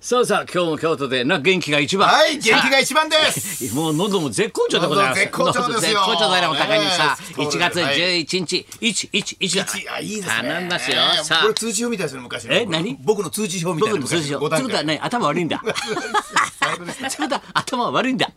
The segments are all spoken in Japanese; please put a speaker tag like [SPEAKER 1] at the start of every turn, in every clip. [SPEAKER 1] さあさあ今日も京都でな元気が一番
[SPEAKER 2] はい、元気が
[SPEAKER 1] 一
[SPEAKER 2] 一 番です。
[SPEAKER 1] 番もう喉も絶好調でございます
[SPEAKER 2] 喉絶好調ですよ
[SPEAKER 1] 喉絶好調だよお互いにさ、
[SPEAKER 2] ねえ
[SPEAKER 1] 1月11日111だ
[SPEAKER 2] いや、いいですね。
[SPEAKER 1] 頼みますよさ
[SPEAKER 2] こ
[SPEAKER 1] あ
[SPEAKER 2] れ通知表みたいですね、昔の。
[SPEAKER 1] え何
[SPEAKER 2] 僕の通知表みた
[SPEAKER 1] 僕
[SPEAKER 2] いな。
[SPEAKER 1] の数字
[SPEAKER 2] 昔
[SPEAKER 1] を
[SPEAKER 2] の
[SPEAKER 1] つうこと
[SPEAKER 2] 五段
[SPEAKER 1] は
[SPEAKER 2] 階
[SPEAKER 1] ね頭悪いん だ
[SPEAKER 2] 最高ですね
[SPEAKER 1] つうことは頭悪いんだ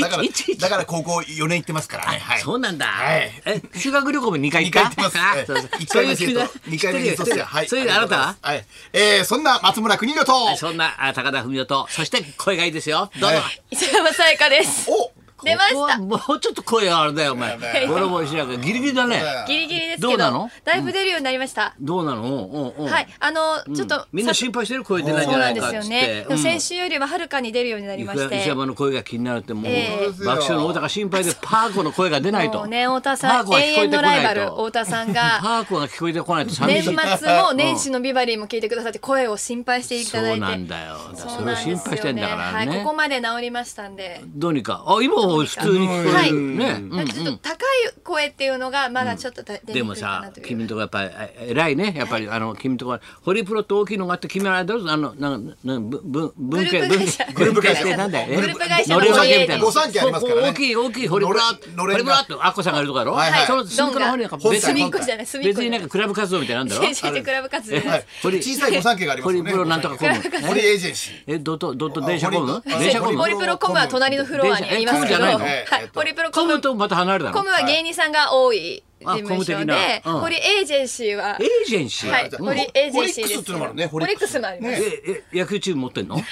[SPEAKER 2] だから、
[SPEAKER 1] 111
[SPEAKER 2] だから高校4年行ってますからね。はい。
[SPEAKER 1] そうなんだ、
[SPEAKER 2] はい
[SPEAKER 1] え修学旅行も2回行
[SPEAKER 2] 二
[SPEAKER 1] っ
[SPEAKER 2] 回
[SPEAKER 1] た
[SPEAKER 2] 行ってます。え
[SPEAKER 1] そうそう
[SPEAKER 2] 一回目
[SPEAKER 1] そう
[SPEAKER 2] ゲ
[SPEAKER 1] い
[SPEAKER 2] ッ
[SPEAKER 1] う
[SPEAKER 2] ト、二回目ゲット
[SPEAKER 1] 一人
[SPEAKER 2] で、はい。
[SPEAKER 1] それであなたは
[SPEAKER 2] はい。えー、そんな松村邦洋と、
[SPEAKER 1] そんなあ高田文夫とそして声がいいですよどうぞ、
[SPEAKER 2] はい
[SPEAKER 3] 石山さやかです。
[SPEAKER 2] お
[SPEAKER 3] 出まし
[SPEAKER 1] ここは
[SPEAKER 3] た。
[SPEAKER 1] もうちょっと声があれだよお前
[SPEAKER 2] やだよ
[SPEAKER 1] これも石垣ギリギリだね
[SPEAKER 3] ギリギリですけど。
[SPEAKER 1] どうなの
[SPEAKER 3] だいぶ出るようになりました。
[SPEAKER 1] どうなのうんうんうん
[SPEAKER 3] はい、あの、ちょっと。
[SPEAKER 1] みんな
[SPEAKER 3] さ
[SPEAKER 1] 心配してる声出ないん
[SPEAKER 3] そ
[SPEAKER 1] じゃ
[SPEAKER 3] う
[SPEAKER 1] な
[SPEAKER 3] なん
[SPEAKER 1] い
[SPEAKER 3] で
[SPEAKER 1] かっ
[SPEAKER 3] す
[SPEAKER 1] つっ
[SPEAKER 3] よ
[SPEAKER 1] て
[SPEAKER 3] ね。でも先週よりははるかに出るようになり
[SPEAKER 1] うん
[SPEAKER 3] ま
[SPEAKER 1] いく
[SPEAKER 3] し
[SPEAKER 1] ら石
[SPEAKER 3] て。
[SPEAKER 1] 山の声が気になるってもう
[SPEAKER 3] ええ
[SPEAKER 1] 爆笑の太田が心配でパーコの声が出ないと
[SPEAKER 3] もうね、太田さ
[SPEAKER 1] パー
[SPEAKER 3] ん、
[SPEAKER 1] コが
[SPEAKER 3] 永
[SPEAKER 1] 聞こえ
[SPEAKER 3] 遠
[SPEAKER 1] て
[SPEAKER 3] の
[SPEAKER 1] こ
[SPEAKER 3] ライ
[SPEAKER 1] な
[SPEAKER 3] バ
[SPEAKER 1] い
[SPEAKER 3] ル
[SPEAKER 1] と
[SPEAKER 3] 太田さん
[SPEAKER 1] パ
[SPEAKER 3] が。
[SPEAKER 1] ーコが聞こえてこないと寂
[SPEAKER 3] 年
[SPEAKER 1] しい
[SPEAKER 3] 末も年始のビバリーも聞いてくださって声を心配していただい
[SPEAKER 1] そう
[SPEAKER 3] て
[SPEAKER 1] なんだよ
[SPEAKER 3] そうなんです
[SPEAKER 1] それを心配してんだからね
[SPEAKER 3] はい、ここまで治りましたんで、
[SPEAKER 1] どうにかあ今は普通に聞こえるねうん
[SPEAKER 3] なんかちょっと高い声っていうのがまだちょっとだ出
[SPEAKER 1] で
[SPEAKER 3] に
[SPEAKER 1] も
[SPEAKER 3] くいか
[SPEAKER 1] さ
[SPEAKER 3] なという
[SPEAKER 1] 君のとこやっぱりえ偉いねやっぱりあの君のとこはホリプロと大きいのがあって君はあれだろあのなんなんぶぶ文系
[SPEAKER 3] グループ会社
[SPEAKER 1] 文系グループ会社ってなんだよね
[SPEAKER 3] グループ会社の
[SPEAKER 1] のれん分けみたいな
[SPEAKER 2] ご三家ありますから
[SPEAKER 1] こう
[SPEAKER 2] ね
[SPEAKER 1] 大きい大きいホリプロ
[SPEAKER 2] の
[SPEAKER 1] ホ
[SPEAKER 2] れ
[SPEAKER 1] リ
[SPEAKER 2] んのれんが
[SPEAKER 1] プロってアッコさんがいるとこだろ
[SPEAKER 2] はいはい
[SPEAKER 1] その隅っこの方になんか
[SPEAKER 2] どんが
[SPEAKER 1] 別に
[SPEAKER 3] 隅っこじゃない隅っこ
[SPEAKER 1] 別
[SPEAKER 3] じ
[SPEAKER 1] にな
[SPEAKER 3] ゃなんい
[SPEAKER 1] かクラブ活動みたいなんだろ
[SPEAKER 3] 先週でクラブ活動です
[SPEAKER 2] はい
[SPEAKER 1] 堀
[SPEAKER 2] 小さいご三家がありま
[SPEAKER 1] ホ
[SPEAKER 2] す
[SPEAKER 1] リ
[SPEAKER 2] よね。
[SPEAKER 1] プロなんとかコム
[SPEAKER 2] ホリエージェンシー。
[SPEAKER 1] えドットドット電車コム
[SPEAKER 2] あホリ
[SPEAKER 1] 電車コム
[SPEAKER 3] ホリプロコムは隣のフロアにありますけ
[SPEAKER 1] 電車
[SPEAKER 3] ど、
[SPEAKER 1] えコムじゃ
[SPEAKER 2] ないの
[SPEAKER 3] は
[SPEAKER 2] えっ
[SPEAKER 3] い
[SPEAKER 2] と
[SPEAKER 3] ホリプロ
[SPEAKER 1] コ
[SPEAKER 3] コ
[SPEAKER 1] ム
[SPEAKER 3] ム
[SPEAKER 1] とまた離れたの
[SPEAKER 3] コムは芸人さんが多い事務
[SPEAKER 1] あコ
[SPEAKER 3] 所
[SPEAKER 1] ム的
[SPEAKER 3] で、
[SPEAKER 1] なうん
[SPEAKER 3] ホリエージェンシーは、
[SPEAKER 1] エージェンシー
[SPEAKER 3] はい、
[SPEAKER 1] うん
[SPEAKER 3] ホリエージェンシーで
[SPEAKER 2] ホリック
[SPEAKER 3] す。
[SPEAKER 2] スってのもあるね
[SPEAKER 3] ホ
[SPEAKER 2] ホ
[SPEAKER 3] リ
[SPEAKER 2] リ
[SPEAKER 3] ッ
[SPEAKER 2] ッ
[SPEAKER 3] ク
[SPEAKER 2] ク
[SPEAKER 3] ス
[SPEAKER 2] ス
[SPEAKER 3] もあります。
[SPEAKER 1] ええ野球チーム持ってんの野球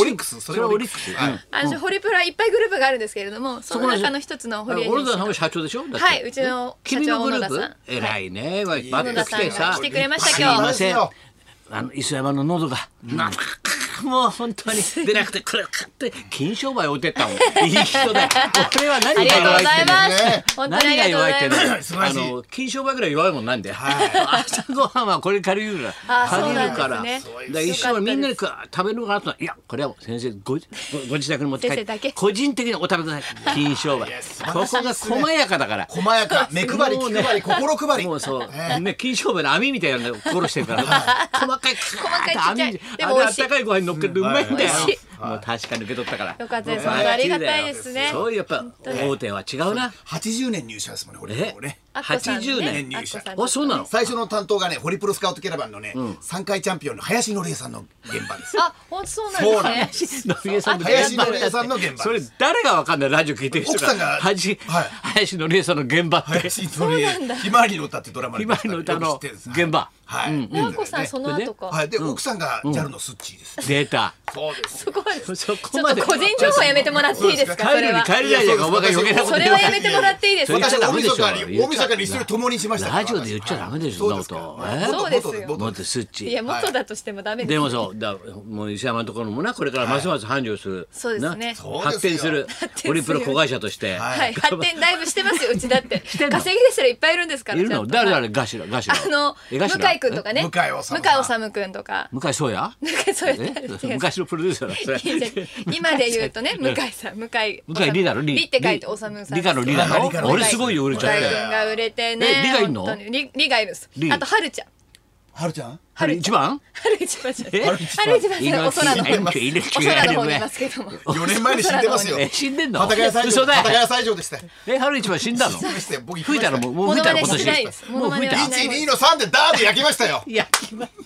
[SPEAKER 2] オリックス、
[SPEAKER 1] そ
[SPEAKER 2] そ
[SPEAKER 1] れ
[SPEAKER 2] れ
[SPEAKER 1] は
[SPEAKER 2] は
[SPEAKER 1] オ
[SPEAKER 2] オ
[SPEAKER 1] リッ
[SPEAKER 2] リッ
[SPEAKER 1] ク
[SPEAKER 2] ク
[SPEAKER 1] ス
[SPEAKER 2] ス。
[SPEAKER 1] うん
[SPEAKER 2] はい
[SPEAKER 3] あのホリプロはいっぱいグループがあるんですけれども、その中の一つのホリエージェ
[SPEAKER 1] 小野田さん
[SPEAKER 3] ンシー
[SPEAKER 1] は。社長でしょだって
[SPEAKER 3] はいうんちの社
[SPEAKER 1] 君の
[SPEAKER 3] 長
[SPEAKER 1] グルー
[SPEAKER 3] 小野田さん
[SPEAKER 1] プ偉いねバッと来て
[SPEAKER 3] 小野田さん
[SPEAKER 1] さ
[SPEAKER 3] が来てくれました
[SPEAKER 1] すい
[SPEAKER 3] 今日
[SPEAKER 1] ませんあの磯山の喉がなんかもう本 当に出なくてこれ買って金商売置いてったもんいい人 だよ俺は何
[SPEAKER 3] ありがとうございます。
[SPEAKER 1] 何
[SPEAKER 3] 本当にありが
[SPEAKER 1] が
[SPEAKER 3] とうご
[SPEAKER 1] 弱いっ
[SPEAKER 3] ざ
[SPEAKER 1] て
[SPEAKER 3] い
[SPEAKER 1] ね
[SPEAKER 3] ます。
[SPEAKER 2] 素晴らしい
[SPEAKER 1] あの金商売ぐらい弱いもんなんで、 朝ごはんはこれ借りるから
[SPEAKER 3] あ
[SPEAKER 1] 借
[SPEAKER 3] ー
[SPEAKER 1] りるから,、
[SPEAKER 3] そうなんですね
[SPEAKER 1] だから一緒にみんなで食べるのかなといやこれは先生ごごご自宅に持って帰
[SPEAKER 3] 先生
[SPEAKER 1] っ
[SPEAKER 3] だ
[SPEAKER 1] て
[SPEAKER 3] け
[SPEAKER 1] 個人的にお食べください金商売
[SPEAKER 2] いや素晴
[SPEAKER 1] こ
[SPEAKER 2] らし
[SPEAKER 1] こ
[SPEAKER 2] いで
[SPEAKER 1] が
[SPEAKER 2] すね
[SPEAKER 1] 細やかだから
[SPEAKER 2] 細 やか、目配り、気配り、心配り。
[SPEAKER 1] もうそう、
[SPEAKER 2] え
[SPEAKER 1] ね、金商売の網みたいなの心してるから、細かい、細
[SPEAKER 3] かいちっちゃいでも
[SPEAKER 1] あれあっ
[SPEAKER 3] 美味しい
[SPEAKER 1] たかいご飯に乗っけてうまいんだよ
[SPEAKER 3] うん美味し。
[SPEAKER 1] もう確かに受け取ったから。
[SPEAKER 3] よかったです
[SPEAKER 1] もう
[SPEAKER 3] 本当ありがたいですね
[SPEAKER 1] そういうやっぱ大手は違うな。
[SPEAKER 2] 80年入社ですもんね、ホリプ
[SPEAKER 1] え
[SPEAKER 2] ロね。、
[SPEAKER 3] アッコさんね
[SPEAKER 1] 80年。
[SPEAKER 2] 入社
[SPEAKER 3] アッコさん
[SPEAKER 1] あ、そうなの。
[SPEAKER 2] 最初の担当がね、ホリプロスカウトキャラバンのね、三回チャンピオンの林則江さんの現場 です。
[SPEAKER 3] あ、本当そうなん
[SPEAKER 2] そうなん
[SPEAKER 3] で
[SPEAKER 2] です
[SPEAKER 3] ね。
[SPEAKER 1] 林典江さんの
[SPEAKER 2] 林典江さんの現場です
[SPEAKER 1] それ誰がわかんないラジオ聞いてる人
[SPEAKER 2] 奥さんが
[SPEAKER 1] 林
[SPEAKER 2] はい
[SPEAKER 1] 林典江さんの現場って
[SPEAKER 2] 林則江、ひまわりの歌ってドラマで出てた
[SPEAKER 1] ひまわりの歌の
[SPEAKER 2] よく知ってるんです
[SPEAKER 1] 現場
[SPEAKER 2] はい。
[SPEAKER 3] アッコさんそ
[SPEAKER 2] の。
[SPEAKER 3] の後か。
[SPEAKER 2] はい、で、奥さんが JAL のスッチーです。
[SPEAKER 1] 出た。
[SPEAKER 2] そうです。
[SPEAKER 3] そこまで。ちょっ
[SPEAKER 1] そことまで。
[SPEAKER 3] 個人情報やめてもらっていいです か。そ
[SPEAKER 1] 帰
[SPEAKER 3] れ
[SPEAKER 1] るに
[SPEAKER 3] は。
[SPEAKER 1] 帰れないじゃんかお前が余計なこと
[SPEAKER 3] そ
[SPEAKER 1] 言
[SPEAKER 3] れ
[SPEAKER 1] う
[SPEAKER 3] はやめてもらっていいですか。
[SPEAKER 2] 私は
[SPEAKER 1] ダ
[SPEAKER 2] 大
[SPEAKER 1] メでしょ
[SPEAKER 2] 晦日に、大晦日に一人共にしましたから。
[SPEAKER 1] ラジオで言っちゃダメでしょ
[SPEAKER 2] はい
[SPEAKER 1] そんなこと
[SPEAKER 2] そうで
[SPEAKER 1] え
[SPEAKER 2] すか
[SPEAKER 3] そうですよ
[SPEAKER 1] も
[SPEAKER 2] 元
[SPEAKER 1] っ
[SPEAKER 2] 々
[SPEAKER 1] とスッチ。
[SPEAKER 3] いや、元だとしてもダメです
[SPEAKER 1] で。もそうだもう石山のところもなこれからますます繁盛する、
[SPEAKER 3] そうですね
[SPEAKER 1] な
[SPEAKER 3] そう
[SPEAKER 2] ですよ
[SPEAKER 1] 発展する
[SPEAKER 3] する
[SPEAKER 1] オリプロ子会社として、
[SPEAKER 2] はい
[SPEAKER 3] はい、発展だいぶしてますよ、うちだって。稼
[SPEAKER 1] てん
[SPEAKER 3] ぎ
[SPEAKER 1] の
[SPEAKER 3] でしたらいっぱいいるんですから。
[SPEAKER 1] いる
[SPEAKER 3] ちゃん
[SPEAKER 1] の
[SPEAKER 3] と
[SPEAKER 1] 誰誰ガシラガシラ
[SPEAKER 3] あの、
[SPEAKER 1] え
[SPEAKER 3] 向
[SPEAKER 1] ガシラ
[SPEAKER 3] 井くんとかね。
[SPEAKER 2] え向井治
[SPEAKER 3] 向井治くんとか。
[SPEAKER 1] 向井そうや
[SPEAKER 3] 向井そうやってある違
[SPEAKER 1] え
[SPEAKER 3] う
[SPEAKER 1] 昔のプロデューサーだそれ
[SPEAKER 3] いいじゃん今で言うとね、向井さん、向井。
[SPEAKER 1] 向井リーダーのリ
[SPEAKER 3] リって書いて、治さんです。
[SPEAKER 1] リカのリーダ
[SPEAKER 2] あリ
[SPEAKER 1] ー
[SPEAKER 2] カ
[SPEAKER 1] の
[SPEAKER 2] の
[SPEAKER 1] 俺すごいよ売れちゃっ
[SPEAKER 3] 向
[SPEAKER 1] て
[SPEAKER 3] 井くんが売れてね。
[SPEAKER 1] えリがいんの
[SPEAKER 3] 本当にリリがいるんです
[SPEAKER 1] リ。
[SPEAKER 3] あと、はるちゃん。
[SPEAKER 2] はるちゃん。
[SPEAKER 1] あれ一番
[SPEAKER 3] はる一番じゃない。
[SPEAKER 1] え
[SPEAKER 3] はる一番じゃない。お空の方に。
[SPEAKER 1] 命命
[SPEAKER 3] お空の方にいますけども。
[SPEAKER 2] 4年前に死んでますよ
[SPEAKER 1] え。 死んで んの
[SPEAKER 2] 畑屋斎
[SPEAKER 1] 嘘
[SPEAKER 2] 場
[SPEAKER 1] だよ
[SPEAKER 2] 畑屋斎場でしたよ。
[SPEAKER 1] え春一番死んだの
[SPEAKER 2] そうでしたよ僕行き
[SPEAKER 1] 吹
[SPEAKER 2] ま
[SPEAKER 1] い
[SPEAKER 2] した
[SPEAKER 1] た
[SPEAKER 2] よ
[SPEAKER 1] のもうもう吹いたの今
[SPEAKER 3] モノマネしな
[SPEAKER 1] 年
[SPEAKER 3] いです
[SPEAKER 1] もう吹いた
[SPEAKER 3] モノマネはしない
[SPEAKER 2] 1、2の3でダーって焼きましたよ。
[SPEAKER 1] いやきました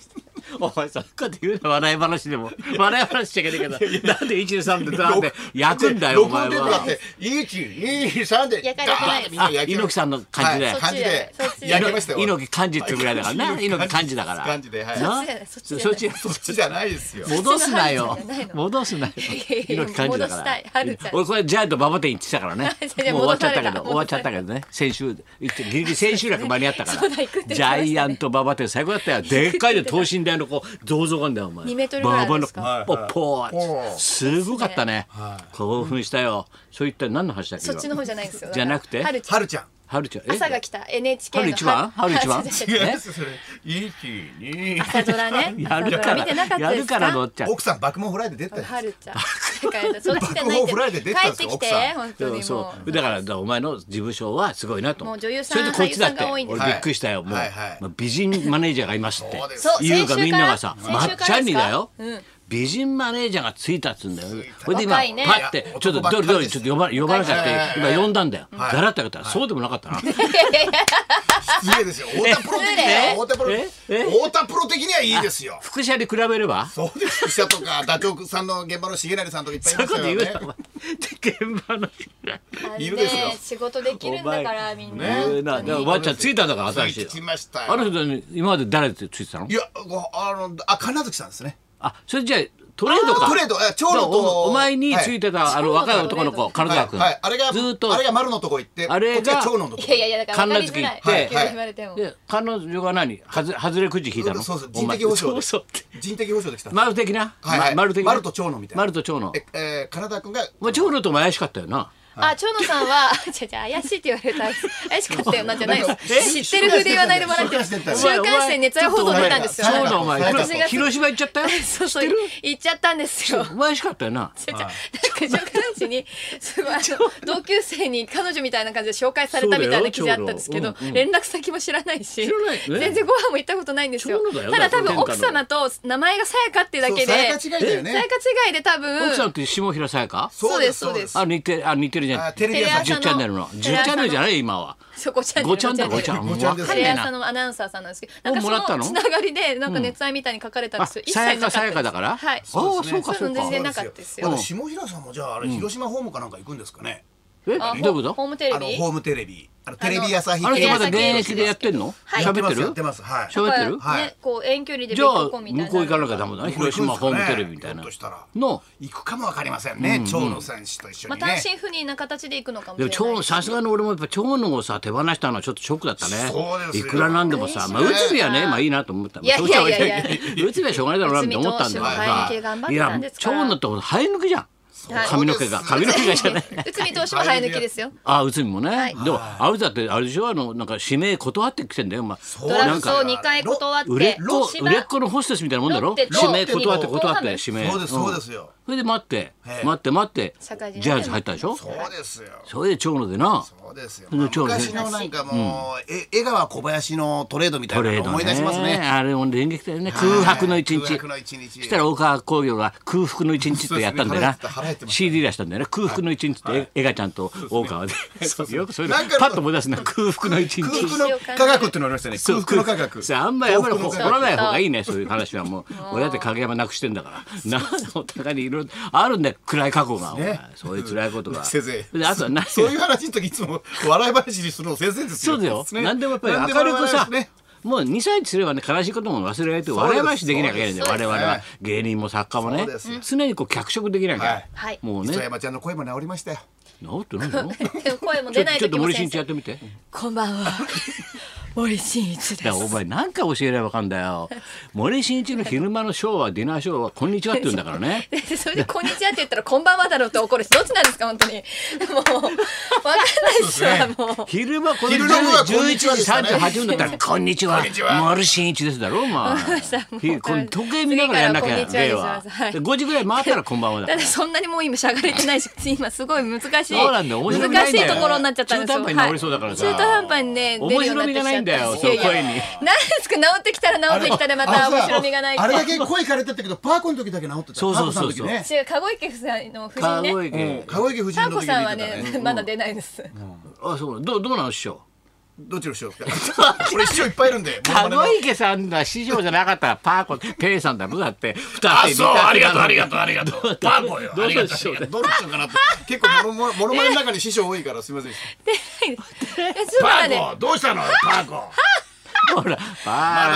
[SPEAKER 1] お前そんなこと言うな笑い話でも笑い話しちゃいけないけどなんで一二三でなんで焼くんだよお
[SPEAKER 2] 録音
[SPEAKER 1] 前
[SPEAKER 2] テープだ
[SPEAKER 1] は
[SPEAKER 2] って1、2、3で
[SPEAKER 3] 焼かれ
[SPEAKER 2] ダ
[SPEAKER 3] てない
[SPEAKER 2] ーってみんな焼きま
[SPEAKER 1] 猪木
[SPEAKER 2] した
[SPEAKER 1] さんの感じで
[SPEAKER 2] はい感じで
[SPEAKER 3] そっちや
[SPEAKER 2] 焼
[SPEAKER 3] そ
[SPEAKER 2] きましたよ。
[SPEAKER 1] 猪木漢字ってぐらいだからな
[SPEAKER 2] はい
[SPEAKER 1] 猪木漢字だから
[SPEAKER 2] 漢字ではい
[SPEAKER 1] な
[SPEAKER 3] そっちじゃない
[SPEAKER 1] そっち
[SPEAKER 2] そっちじゃないですよ。
[SPEAKER 1] 戻すなよ
[SPEAKER 3] そっちの範疇じゃないの
[SPEAKER 1] 戻すなよ
[SPEAKER 3] やいや
[SPEAKER 1] 猪木漢字だか
[SPEAKER 3] 戻し
[SPEAKER 1] ら
[SPEAKER 3] たい春ちゃん
[SPEAKER 1] 俺これジャイアント馬場店行ってたから ね
[SPEAKER 3] いやいや
[SPEAKER 1] もう終わっちゃったけ
[SPEAKER 3] 戻
[SPEAKER 1] ど
[SPEAKER 3] された
[SPEAKER 1] 終わっちゃったけどね先週行ってギリギリ千秋楽間に合ったから
[SPEAKER 3] そうだ行くって言
[SPEAKER 1] ジ
[SPEAKER 3] ってました
[SPEAKER 1] ャ
[SPEAKER 3] ね
[SPEAKER 1] イアント馬場店最高だった よでっかいで等身大のこう銅像があんだよお前
[SPEAKER 3] 2メートルぐらいあるんですか
[SPEAKER 1] 馬場のポー
[SPEAKER 2] はいはい
[SPEAKER 1] ッすごかったね興奮したよそういった何の話だっけ
[SPEAKER 3] そっちの方じゃないいんですよ。
[SPEAKER 1] じゃなくて
[SPEAKER 3] はるちゃん
[SPEAKER 2] はるちゃん。
[SPEAKER 1] 春ちゃんえ
[SPEAKER 3] 朝が来た NHK の
[SPEAKER 1] 春一番春一番
[SPEAKER 3] 朝
[SPEAKER 2] 違
[SPEAKER 3] ド
[SPEAKER 2] い
[SPEAKER 3] ラ
[SPEAKER 2] ますそれ。1、2。
[SPEAKER 3] 朝ドラね。
[SPEAKER 1] やるか
[SPEAKER 3] 朝ドラ見てなからったですか。
[SPEAKER 1] やるから乗っちゃう
[SPEAKER 2] 奥さん、爆問フライで出たよ。
[SPEAKER 3] はるちゃん。だからそっちじゃな
[SPEAKER 2] 爆
[SPEAKER 3] い
[SPEAKER 2] 豪フライで出てたんですよ
[SPEAKER 3] 帰っ
[SPEAKER 2] 奥
[SPEAKER 3] てきて
[SPEAKER 2] さん
[SPEAKER 3] 本当
[SPEAKER 1] そ
[SPEAKER 3] にも
[SPEAKER 1] う
[SPEAKER 3] う。
[SPEAKER 1] そうだからだからお前の事務所はすごいなと
[SPEAKER 3] もう女優さん
[SPEAKER 1] それとこっちだって
[SPEAKER 3] 俳優さんが多いんです
[SPEAKER 1] 俺びっくりしたよもう
[SPEAKER 2] はいはい
[SPEAKER 1] まあ美人マネージャーがいますって
[SPEAKER 2] そうです
[SPEAKER 3] そう
[SPEAKER 1] 言うが
[SPEAKER 3] 先週
[SPEAKER 1] みんながさ
[SPEAKER 3] から
[SPEAKER 1] まっ
[SPEAKER 3] 先週
[SPEAKER 1] ちゃ
[SPEAKER 3] から
[SPEAKER 1] ん
[SPEAKER 3] ですか
[SPEAKER 1] にだよ
[SPEAKER 3] うん
[SPEAKER 1] 美人マネージャーがついたっつうんだよそれで今パ
[SPEAKER 3] 若いね
[SPEAKER 1] ッてちょっとどれどれちょっと呼ばれ呼ばれちゃって
[SPEAKER 2] はい
[SPEAKER 1] 今呼んだんだよ
[SPEAKER 2] はい
[SPEAKER 1] ガラッと開けたらそうでもなか ったな
[SPEAKER 2] 失礼ですよ。太田プロ的には
[SPEAKER 1] え
[SPEAKER 2] 太田プロ
[SPEAKER 1] ええ
[SPEAKER 2] 太田プロ的にはいいですよ。
[SPEAKER 1] 副社に比べれば
[SPEAKER 2] そうです。記者とかダチョウさんの現場の重成さんとかいっぱいい
[SPEAKER 1] そういう
[SPEAKER 2] ま
[SPEAKER 1] こと言うな
[SPEAKER 2] した
[SPEAKER 1] お
[SPEAKER 2] よね。
[SPEAKER 1] 前現場の
[SPEAKER 3] あ
[SPEAKER 2] い
[SPEAKER 3] れ
[SPEAKER 2] るですよ
[SPEAKER 3] ね仕事できるんだからみんな
[SPEAKER 2] ね
[SPEAKER 1] 言うなだからおばあちゃんついたんだから
[SPEAKER 2] つ
[SPEAKER 1] 新
[SPEAKER 2] い
[SPEAKER 1] して
[SPEAKER 2] きましたよ
[SPEAKER 1] あの人に今まで誰ってついてたの
[SPEAKER 2] いや、ごあのあ金月さんですね。
[SPEAKER 1] あそれじゃあトレードか
[SPEAKER 2] トレードえ長野
[SPEAKER 1] だか
[SPEAKER 2] と
[SPEAKER 1] らおお前についてたあの
[SPEAKER 3] 長野と
[SPEAKER 1] 若い男の子金
[SPEAKER 2] はい
[SPEAKER 1] 沢君
[SPEAKER 2] はい。あれが
[SPEAKER 1] ずーっと
[SPEAKER 2] あれが丸のとこ行って、
[SPEAKER 1] あれが
[SPEAKER 2] こっちが長野のとこ。
[SPEAKER 3] いやいやいやだから分かりづらい
[SPEAKER 1] 観覧
[SPEAKER 2] 月行って
[SPEAKER 3] 急に言われても
[SPEAKER 1] で彼女が何はず外れくじ引いたの
[SPEAKER 2] そうそう
[SPEAKER 1] お
[SPEAKER 2] 人
[SPEAKER 1] 前
[SPEAKER 2] 的保障で
[SPEAKER 1] そうそうって
[SPEAKER 2] 人的保障できた。
[SPEAKER 1] 丸的な、
[SPEAKER 2] はいはい
[SPEAKER 1] ま丸的な
[SPEAKER 2] 丸と蝶野みたいな
[SPEAKER 1] 丸と蝶野
[SPEAKER 2] え、えー、金沢君が
[SPEAKER 1] お前蝶野とも怪しかったよな
[SPEAKER 3] あ長野さんは 違う違う怪しいって言われた怪しかったよなんじゃないで
[SPEAKER 2] え
[SPEAKER 3] す知ってる風で言わないでもらって
[SPEAKER 2] 週刊誌出たよ
[SPEAKER 3] 週刊誌で熱愛報道出たんですよ
[SPEAKER 2] ちょっと
[SPEAKER 1] 蝶野お
[SPEAKER 2] 前
[SPEAKER 1] 前
[SPEAKER 2] はい
[SPEAKER 1] 広
[SPEAKER 2] 私
[SPEAKER 3] が
[SPEAKER 1] 広島行っちゃったよ
[SPEAKER 3] そうそう行っちゃったんですよ
[SPEAKER 1] 怪しかったよな
[SPEAKER 3] 違う違うなんか上官誌 にすごいあの同級生に彼女みたいな感じで紹介されたみたいな記事あったんですけ
[SPEAKER 1] そうだ
[SPEAKER 3] ど
[SPEAKER 1] よちょうどうんうん
[SPEAKER 3] 連絡先も知らないし
[SPEAKER 1] 知らないね
[SPEAKER 3] 全然ご飯も行ったことないんですよ
[SPEAKER 1] ちょうどだよ
[SPEAKER 3] ただ多
[SPEAKER 1] だって
[SPEAKER 3] 分奥様と名前がさやかってだ
[SPEAKER 2] そ
[SPEAKER 3] けで
[SPEAKER 2] う
[SPEAKER 3] さ
[SPEAKER 2] さ
[SPEAKER 3] や
[SPEAKER 2] や
[SPEAKER 3] か
[SPEAKER 2] か
[SPEAKER 3] 違
[SPEAKER 2] 違いだよね
[SPEAKER 3] いで多分
[SPEAKER 1] 奥さんって下平さやか
[SPEAKER 3] そうですそうです
[SPEAKER 1] あ似てあ似てるじゃな
[SPEAKER 2] あ
[SPEAKER 1] い
[SPEAKER 2] テレビ朝日
[SPEAKER 3] テレ
[SPEAKER 1] 10チャンネルの10チ
[SPEAKER 3] テレ朝の
[SPEAKER 1] ャンネルじゃない今は
[SPEAKER 3] そうごちゃん
[SPEAKER 1] 5ちゃんだ5ちゃん
[SPEAKER 2] ご
[SPEAKER 1] もう
[SPEAKER 2] ちゃん
[SPEAKER 1] 分
[SPEAKER 2] です
[SPEAKER 1] か
[SPEAKER 3] テ
[SPEAKER 1] んね
[SPEAKER 3] レ
[SPEAKER 1] え
[SPEAKER 3] 朝
[SPEAKER 1] な
[SPEAKER 3] のアナウンサーさんなんですけどなん
[SPEAKER 1] おもらっ
[SPEAKER 3] か
[SPEAKER 1] た
[SPEAKER 3] そ
[SPEAKER 1] の
[SPEAKER 3] のつながりでなんか熱愛みたいに書かれたんですよ
[SPEAKER 1] あさやか
[SPEAKER 3] なかった
[SPEAKER 1] さやかだから
[SPEAKER 3] はい
[SPEAKER 1] そうですねあそうかそ
[SPEAKER 3] いの
[SPEAKER 1] うか
[SPEAKER 3] 全然なかったです
[SPEAKER 2] あ
[SPEAKER 3] よ
[SPEAKER 2] の下平さんもじゃああれ広島ホームかなんか行くんですかね。
[SPEAKER 1] え
[SPEAKER 3] あ
[SPEAKER 1] どういうこと
[SPEAKER 3] ホームテレ
[SPEAKER 2] あの
[SPEAKER 3] ビ
[SPEAKER 2] ホームテレビ、あのテレビ朝日系
[SPEAKER 1] あの人まだ
[SPEAKER 3] テ
[SPEAKER 1] 現
[SPEAKER 3] レビ朝日
[SPEAKER 1] 役でやってんの
[SPEAKER 3] はい
[SPEAKER 2] やっ
[SPEAKER 1] 喋
[SPEAKER 2] て
[SPEAKER 1] っ
[SPEAKER 2] ま
[SPEAKER 1] て
[SPEAKER 2] すやって
[SPEAKER 1] る
[SPEAKER 2] ます。はい。
[SPEAKER 1] 喋ってる
[SPEAKER 2] はい
[SPEAKER 3] ねこう遠距離で
[SPEAKER 1] じゃあ
[SPEAKER 3] 別居みたいな
[SPEAKER 1] 向こう行かなきゃダメだね広島ホームテレビみたいな
[SPEAKER 2] ひょっとしたら
[SPEAKER 1] の
[SPEAKER 2] 行くかもわかりませんね。長野選手と一緒
[SPEAKER 3] まあ
[SPEAKER 2] にね。
[SPEAKER 3] 単身赴任な形で行くのかもし
[SPEAKER 1] で
[SPEAKER 3] れ
[SPEAKER 1] も
[SPEAKER 3] ない
[SPEAKER 1] 長野さすがに俺もやっぱ長野をさ手放したのはちょっとショックだったね
[SPEAKER 2] そうです
[SPEAKER 1] い
[SPEAKER 2] よ
[SPEAKER 1] くらなんでもさ、まあ、
[SPEAKER 3] ね
[SPEAKER 1] 打つびはねまあいいなと思った
[SPEAKER 3] いやいやいやいや
[SPEAKER 1] 打つびはしょうがないだろうなって思ったんだけど
[SPEAKER 3] 内海
[SPEAKER 1] さいや
[SPEAKER 3] 投手も生え抜き頑張ってたんですから
[SPEAKER 1] 長野ってほんと生え抜きじゃん
[SPEAKER 3] はい
[SPEAKER 1] 髪の毛が髪の毛がじゃない
[SPEAKER 3] 内海投手も生え抜きですよ
[SPEAKER 1] あ内海もね、
[SPEAKER 3] はい
[SPEAKER 1] でもあれだってあれでしょあのなんか指名断ってきてんだよ、まあ、
[SPEAKER 2] う
[SPEAKER 3] ド
[SPEAKER 2] なんか
[SPEAKER 3] ラフトを2回断って
[SPEAKER 1] 売れっ子
[SPEAKER 3] 千葉
[SPEAKER 1] 売れっ子のホステスみたいなもんだ
[SPEAKER 3] ロ
[SPEAKER 1] ろ
[SPEAKER 3] ッテと
[SPEAKER 1] 指名断って
[SPEAKER 3] 日本
[SPEAKER 1] 断っ
[SPEAKER 3] ハム
[SPEAKER 1] て指名
[SPEAKER 2] そうですそうですよ。
[SPEAKER 1] それで待って
[SPEAKER 2] ええ
[SPEAKER 1] 待って待って
[SPEAKER 3] 社会人
[SPEAKER 1] ジャイアンツ入ったでしょ
[SPEAKER 2] そうですよ。
[SPEAKER 1] それで長野でな
[SPEAKER 2] そうですよ。
[SPEAKER 1] もちろん
[SPEAKER 2] 昔のなんかもう、え江川小林のトレードみたい
[SPEAKER 1] ト
[SPEAKER 2] な
[SPEAKER 1] レ
[SPEAKER 2] の
[SPEAKER 1] ード
[SPEAKER 2] 思い出しますね。
[SPEAKER 1] あれも連撃だよね空白の一日
[SPEAKER 2] 空白の一日
[SPEAKER 1] そしたら大川工業が空腹の一日ってやったんだよな
[SPEAKER 2] そうですね腹減ってました
[SPEAKER 1] CD 出したんだよね空腹の一日って江川ちゃんと大川でそう よくそういうの
[SPEAKER 2] なんか
[SPEAKER 1] パッと思い出すな空腹の一日
[SPEAKER 2] 空腹の科学っていうのありましたね。
[SPEAKER 1] そう
[SPEAKER 2] 空腹の科学。
[SPEAKER 1] そうあんまりやっぱり
[SPEAKER 2] 幸
[SPEAKER 1] 掘
[SPEAKER 2] 福の科学
[SPEAKER 1] らない方がいいねそういう話はもう親って影山なくしてんだからなお互いにいろいろあるんだよ暗い過去がお前そういう辛いこと が
[SPEAKER 2] 先生
[SPEAKER 1] であとは何
[SPEAKER 2] そういう話の時いつも笑い話にするの先生ですよ。
[SPEAKER 1] そうだよ。
[SPEAKER 2] ね
[SPEAKER 1] 何でもやっぱり明るくさ
[SPEAKER 2] 何でも笑い話ね。
[SPEAKER 1] もう2歳にすればね悲しいことも忘れられて
[SPEAKER 2] うで
[SPEAKER 1] 笑
[SPEAKER 2] す
[SPEAKER 1] い話できなきゃいけないんだよ
[SPEAKER 2] そう
[SPEAKER 1] 我
[SPEAKER 2] です
[SPEAKER 1] 々は芸人も作家もね
[SPEAKER 2] そうですよ
[SPEAKER 1] 常にこう脚色できなきゃ、
[SPEAKER 3] はい
[SPEAKER 1] もうね
[SPEAKER 2] 磯山ちゃんの声も治りましたよ。
[SPEAKER 1] 治ってないの
[SPEAKER 3] で も声も
[SPEAKER 1] ちょ
[SPEAKER 3] 出ない
[SPEAKER 1] ちょっと
[SPEAKER 3] 時も
[SPEAKER 1] 森進
[SPEAKER 3] 先
[SPEAKER 1] 一やって
[SPEAKER 3] 生
[SPEAKER 1] みてだか
[SPEAKER 3] こんばんは森進一で
[SPEAKER 1] らお
[SPEAKER 3] す
[SPEAKER 1] 前なんか教えればわかんだよ森進一の昼間のショーはディナーショーはこんにちはって言うんだからね
[SPEAKER 3] でそれで「こんにちは」って言ったら「こんばんは」だろうって怒るしどっちなんですか本当にもう分かんないっすわもう
[SPEAKER 1] 昼間この
[SPEAKER 2] 昼の部は
[SPEAKER 1] 10 11
[SPEAKER 2] 11
[SPEAKER 1] 時
[SPEAKER 2] 時ですかね
[SPEAKER 1] 38分だったら「こんにちは
[SPEAKER 2] こんにち は
[SPEAKER 1] 森進一です」だろお 前ひこれ時計見ながらやんなきゃ
[SPEAKER 3] 次から
[SPEAKER 1] 芸
[SPEAKER 3] はこんに
[SPEAKER 1] は
[SPEAKER 3] ちはにしますはい
[SPEAKER 1] 5時ぐらい回 ったらこんばんはだか
[SPEAKER 3] だ
[SPEAKER 1] ら
[SPEAKER 3] ってそんなにもう今しゃがれてないし今すごい難しい
[SPEAKER 1] そうなんだよ面白みな
[SPEAKER 3] 難
[SPEAKER 1] い
[SPEAKER 3] し
[SPEAKER 1] んだよ
[SPEAKER 3] いところになっちゃったんですよ
[SPEAKER 1] 中途半端に治りそうだからさ
[SPEAKER 3] はい中途半端にね出るようになってきちゃ
[SPEAKER 1] 面白みが
[SPEAKER 3] った
[SPEAKER 1] ないんだよその声に
[SPEAKER 3] いやいやなんですか治ってきたら治ってきたでまた面白みがないって
[SPEAKER 2] あれだけ声枯れてったけど、パーコの時だけ治ってた。
[SPEAKER 1] そうそうそうそう
[SPEAKER 2] パーコさんの時ね。
[SPEAKER 3] 違う籠池夫妻の夫
[SPEAKER 1] 川
[SPEAKER 3] 人
[SPEAKER 1] 越
[SPEAKER 2] う
[SPEAKER 3] ね
[SPEAKER 2] ん
[SPEAKER 1] 家
[SPEAKER 2] 川池夫人
[SPEAKER 3] タ
[SPEAKER 2] の
[SPEAKER 3] コ
[SPEAKER 2] 時
[SPEAKER 3] さん
[SPEAKER 2] に
[SPEAKER 3] は
[SPEAKER 2] 出てた
[SPEAKER 3] ね
[SPEAKER 2] ね。
[SPEAKER 3] まだ出ないです
[SPEAKER 1] あそうどうどうなん師匠
[SPEAKER 2] どっちの人ですか。これ一生いっぱいいる んで。モノマネの
[SPEAKER 1] 籠池さんが師匠じゃなかったらパーコペイさんだろだって
[SPEAKER 2] あ
[SPEAKER 1] 二つ
[SPEAKER 2] そうありがとうありがとうありがとう。パーコよ。
[SPEAKER 1] どう
[SPEAKER 2] ありがとう
[SPEAKER 1] どうしようね
[SPEAKER 2] どうしようかなって。結構モノモノマネの中に師匠多いからすみません。
[SPEAKER 3] パ
[SPEAKER 2] パ
[SPEAKER 3] ね
[SPEAKER 2] ーコどうしたのパーコ。
[SPEAKER 1] ほら
[SPEAKER 2] ま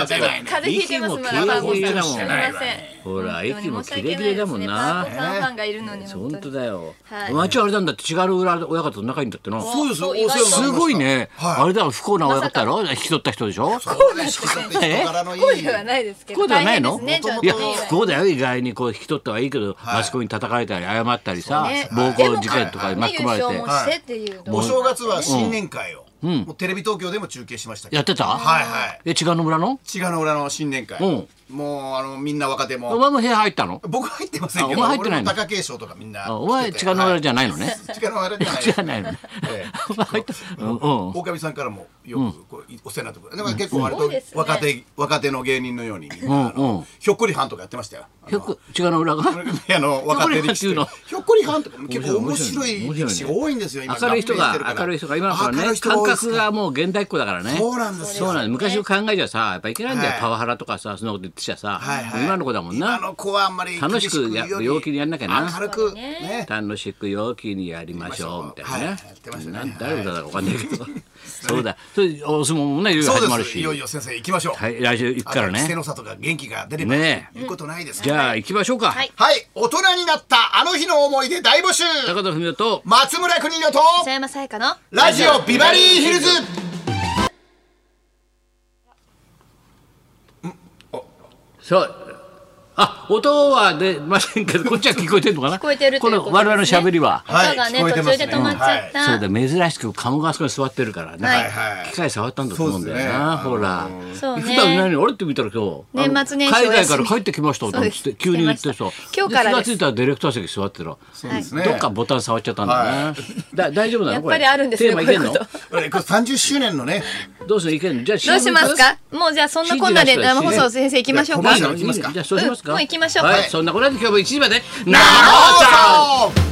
[SPEAKER 1] パ
[SPEAKER 2] だ出
[SPEAKER 1] ー
[SPEAKER 2] ないね。
[SPEAKER 3] 風邪ひいてますまだパーコ
[SPEAKER 1] 息も切れ切れだ
[SPEAKER 3] さん
[SPEAKER 1] もん
[SPEAKER 3] すみません
[SPEAKER 1] ほら
[SPEAKER 3] 本当に
[SPEAKER 1] 息も
[SPEAKER 3] 申し
[SPEAKER 1] 切
[SPEAKER 3] 訳
[SPEAKER 1] れ
[SPEAKER 3] な
[SPEAKER 1] 切れ
[SPEAKER 3] いで
[SPEAKER 1] だ
[SPEAKER 3] す
[SPEAKER 1] もん
[SPEAKER 3] ね
[SPEAKER 1] な
[SPEAKER 3] パーコさんファンがいるのに
[SPEAKER 1] 本当
[SPEAKER 3] に
[SPEAKER 1] だよ
[SPEAKER 3] はい
[SPEAKER 1] 町あれなんだって違う裏親方と仲いいんだってな
[SPEAKER 2] そうですよ。
[SPEAKER 3] そう
[SPEAKER 2] お世話になりました
[SPEAKER 1] すごいね
[SPEAKER 2] はい
[SPEAKER 1] あれだろ不幸な親方だろ引き取った人でしょ
[SPEAKER 2] そうですよ。人柄のいい。
[SPEAKER 3] 恋ではないですけ
[SPEAKER 1] 不幸
[SPEAKER 3] ど
[SPEAKER 1] では
[SPEAKER 3] 大
[SPEAKER 1] ない
[SPEAKER 3] 変
[SPEAKER 1] の
[SPEAKER 3] ですねちょっ
[SPEAKER 1] いや
[SPEAKER 3] とね
[SPEAKER 1] 不幸だよ意外にこう引き取ったはいいけど、
[SPEAKER 2] い
[SPEAKER 1] マスコミに叩かれたり謝ったりさ、
[SPEAKER 3] ね
[SPEAKER 1] 暴行事件とか
[SPEAKER 2] で
[SPEAKER 1] に巻き込まれ
[SPEAKER 3] 優
[SPEAKER 1] て、
[SPEAKER 3] 勝もしてっていう
[SPEAKER 2] お正月は新年会を、もうテレビ東京でも中継しましたけど
[SPEAKER 1] やってた
[SPEAKER 2] はいはい
[SPEAKER 1] え違うの村の
[SPEAKER 2] 千賀の裏の新年会、
[SPEAKER 1] うん
[SPEAKER 2] もうあのみんな若手
[SPEAKER 1] お
[SPEAKER 2] も
[SPEAKER 1] 前も部屋入ったの
[SPEAKER 2] 僕は入ってませ
[SPEAKER 1] あ
[SPEAKER 2] んけ
[SPEAKER 1] お
[SPEAKER 2] ど
[SPEAKER 1] 前入ってないの
[SPEAKER 2] 俺も貴景勝とかみんな
[SPEAKER 1] あお前
[SPEAKER 2] 来てて
[SPEAKER 1] 力のあれじゃないの
[SPEAKER 2] は
[SPEAKER 1] ね
[SPEAKER 2] い力のあれじゃない
[SPEAKER 1] じ ゃないのね
[SPEAKER 2] ええ
[SPEAKER 1] お前入ったうんうん
[SPEAKER 2] 大神さんからもよくこうお世話になってくるだから結構割
[SPEAKER 3] すごいです
[SPEAKER 2] と
[SPEAKER 3] ね
[SPEAKER 2] 若手若手の芸人のようにみん
[SPEAKER 1] うん
[SPEAKER 2] なあの
[SPEAKER 1] うん
[SPEAKER 2] ひょっこりはんとかやってましたよあの
[SPEAKER 1] よく力の裏が
[SPEAKER 2] あの若手力士
[SPEAKER 1] ひょっこりはんっていうの
[SPEAKER 2] ひょっこりはんとかも結構面
[SPEAKER 1] 面白
[SPEAKER 2] 白
[SPEAKER 1] い
[SPEAKER 2] い
[SPEAKER 1] 面白いね
[SPEAKER 2] 力士が多いんですよ今
[SPEAKER 1] 明るい人
[SPEAKER 2] 合併してるか
[SPEAKER 1] が
[SPEAKER 2] ら
[SPEAKER 1] 明るい人が今の子は
[SPEAKER 2] 明るい
[SPEAKER 1] ね
[SPEAKER 2] 人が
[SPEAKER 1] 感
[SPEAKER 2] 多いです
[SPEAKER 1] 覚がもう現代っ子だからね
[SPEAKER 2] そうなんですよ
[SPEAKER 1] そうなんです昔の考えじゃさやっぱいけないんだよ、
[SPEAKER 2] はい
[SPEAKER 1] パワハラとかさそんなこと言ってちゃさ、
[SPEAKER 2] はいはい
[SPEAKER 1] 今の子だもん
[SPEAKER 2] 今
[SPEAKER 1] な
[SPEAKER 2] の子はあんまり
[SPEAKER 1] 楽しくや
[SPEAKER 2] 厳より
[SPEAKER 1] 陽気にやんなきゃな
[SPEAKER 2] 明るく
[SPEAKER 3] ね
[SPEAKER 2] ね
[SPEAKER 1] 楽しく陽気にやりましょうみたいなね,、
[SPEAKER 2] はいやってましたね
[SPEAKER 1] なん誰の歌だかわかんないけど、そうだそれお相撲もねいろいろ
[SPEAKER 2] そう
[SPEAKER 1] 始ま
[SPEAKER 2] で
[SPEAKER 1] る
[SPEAKER 2] す
[SPEAKER 1] し
[SPEAKER 2] いよいよ先生行きましょう
[SPEAKER 1] はい、来週行くから
[SPEAKER 2] あの稀勢
[SPEAKER 1] ね
[SPEAKER 2] の里が元気が出れば
[SPEAKER 1] ねえ
[SPEAKER 2] いうことないです
[SPEAKER 1] じ
[SPEAKER 2] ゃ
[SPEAKER 1] ゃあ行きましょうか、
[SPEAKER 3] はい
[SPEAKER 2] はい大人になったあの日の思い出大募集
[SPEAKER 1] 高田文夫と
[SPEAKER 2] 松村邦洋と
[SPEAKER 3] 磯山さやかの
[SPEAKER 2] ラジオビバリーヒルズ
[SPEAKER 1] そうあ音は出ませんけどこっちは聞こえてるのかな聞
[SPEAKER 3] 聞こえてるということ
[SPEAKER 1] の我々のしゃべりは
[SPEAKER 2] はい
[SPEAKER 3] 音がね、
[SPEAKER 2] 聞こえてますね
[SPEAKER 3] 途中で止まっちゃった、
[SPEAKER 1] そうだ珍しく鴨川あそこに座ってるからね、
[SPEAKER 3] はい
[SPEAKER 2] はい
[SPEAKER 1] 機械触ったんだと思うんだよな、
[SPEAKER 2] そ
[SPEAKER 1] ほ
[SPEAKER 2] うですね
[SPEAKER 1] ら、
[SPEAKER 3] そうね
[SPEAKER 1] 普段いないのにあれって見たら今日あの
[SPEAKER 3] 年末年始
[SPEAKER 1] 海
[SPEAKER 3] お休み
[SPEAKER 1] 外から帰ってきました
[SPEAKER 3] そうです
[SPEAKER 1] って急に言って
[SPEAKER 3] 来て
[SPEAKER 1] さ
[SPEAKER 3] ました今日からで
[SPEAKER 1] 気
[SPEAKER 3] す
[SPEAKER 1] がついたらディレクター席座ってたら
[SPEAKER 2] そうですね
[SPEAKER 1] どっかボタン触っちゃったんだよね、だ大丈夫なの
[SPEAKER 3] やっ
[SPEAKER 1] これ
[SPEAKER 3] ぱりあるんですね
[SPEAKER 1] テーマいけんの
[SPEAKER 3] こういうこ
[SPEAKER 2] これ30周年のね
[SPEAKER 1] どうするいけんのじゃあ
[SPEAKER 3] どうしますかもうじゃあそんなこんなで生放送先生行きましょうか
[SPEAKER 2] いやコマーシャ
[SPEAKER 1] い
[SPEAKER 2] ル
[SPEAKER 1] いねじゃあそうしますか、
[SPEAKER 3] うんもう行きましょう
[SPEAKER 1] はい
[SPEAKER 3] はい
[SPEAKER 1] そんなこんなで今日も1時まで
[SPEAKER 2] 生放送